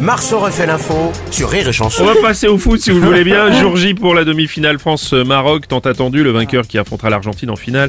Marceau refait l'info sur Rire et Chanson. On va passer au foot si vous le voulez bien. Jour J pour la demi-finale France-Maroc, tant attendu. Le vainqueur qui affrontera l'Argentine en finale,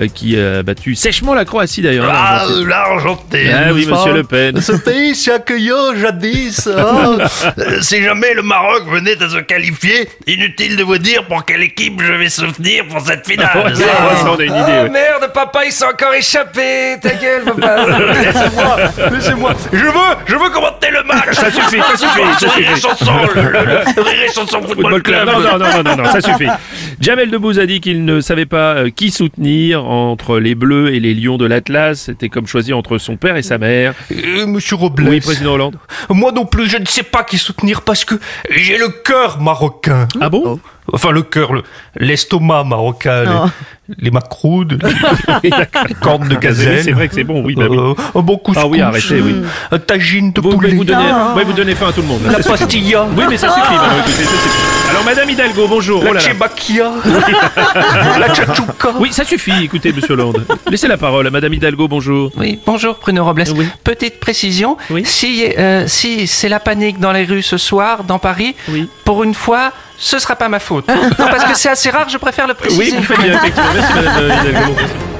euh, qui a battu sèchement la Croatie d'ailleurs. hein, Ah, l'Argentine. l'Argentine Ah oui, n'est-ce pas monsieur Le Pen. Ce pays si accueillant jadis hein. Euh, Si jamais le Maroc venait à se qualifier, inutile de vous dire pour quelle équipe je vais soutenir pour cette finale Ah Ouais, ça, ouais, ça, on a une idée. ouais. Merde, papa, il s'est encore échappé Ta gueule, papa Laissez-moi, laissez-moi Je veux, je veux commenter le match Ça suffit, ça suffit, ça Rire et suffit. chanson, le, le- le Rire et chanson Football Club. Non, non, non, non, non, ça suffit. Jamel Debbouze a dit qu'il ne savait pas euh, qui soutenir entre les Bleus et les Lions de l'Atlas. C'était comme choisir entre son père et sa mère. Euh, Monsieur Robles, Oui, président Hollande. moi non plus, je ne sais pas qui soutenir parce que j'ai le cœur marocain. Ah bon Enfin, le cœur, le- l'estomac marocain, les- les, macroudes, les, les cornes de Oui, gazelle. C'est vrai que c'est bon, oui. bah oui. Euh, un bon couscous. Ah oui, arrêtez, oui. Un tagine de Vous, vous, poulet. vous donnez, ouais, vous donnez faim à tout le monde. là, ça La suffit. pastilla. Oui, mais ça suffit. maintenant, écoutez, ça suffit. Alors, Madame Hidalgo, bonjour. Oh La là là. chebakia. la chachouka. Oui, ça suffit, écoutez, monsieur Hollande. Laissez la parole à Madame Hidalgo, bonjour. Oui, bonjour Bruno Robles. Oui. Petite précision, Oui. si, euh, si c'est la panique dans les rues ce soir, dans Paris, Oui. pour une fois, ce sera pas ma faute. Non, parce que c'est assez rare, je préfère le préciser. Oui, vous faites bien, effectivement. Merci, Madame euh, Hidalgo.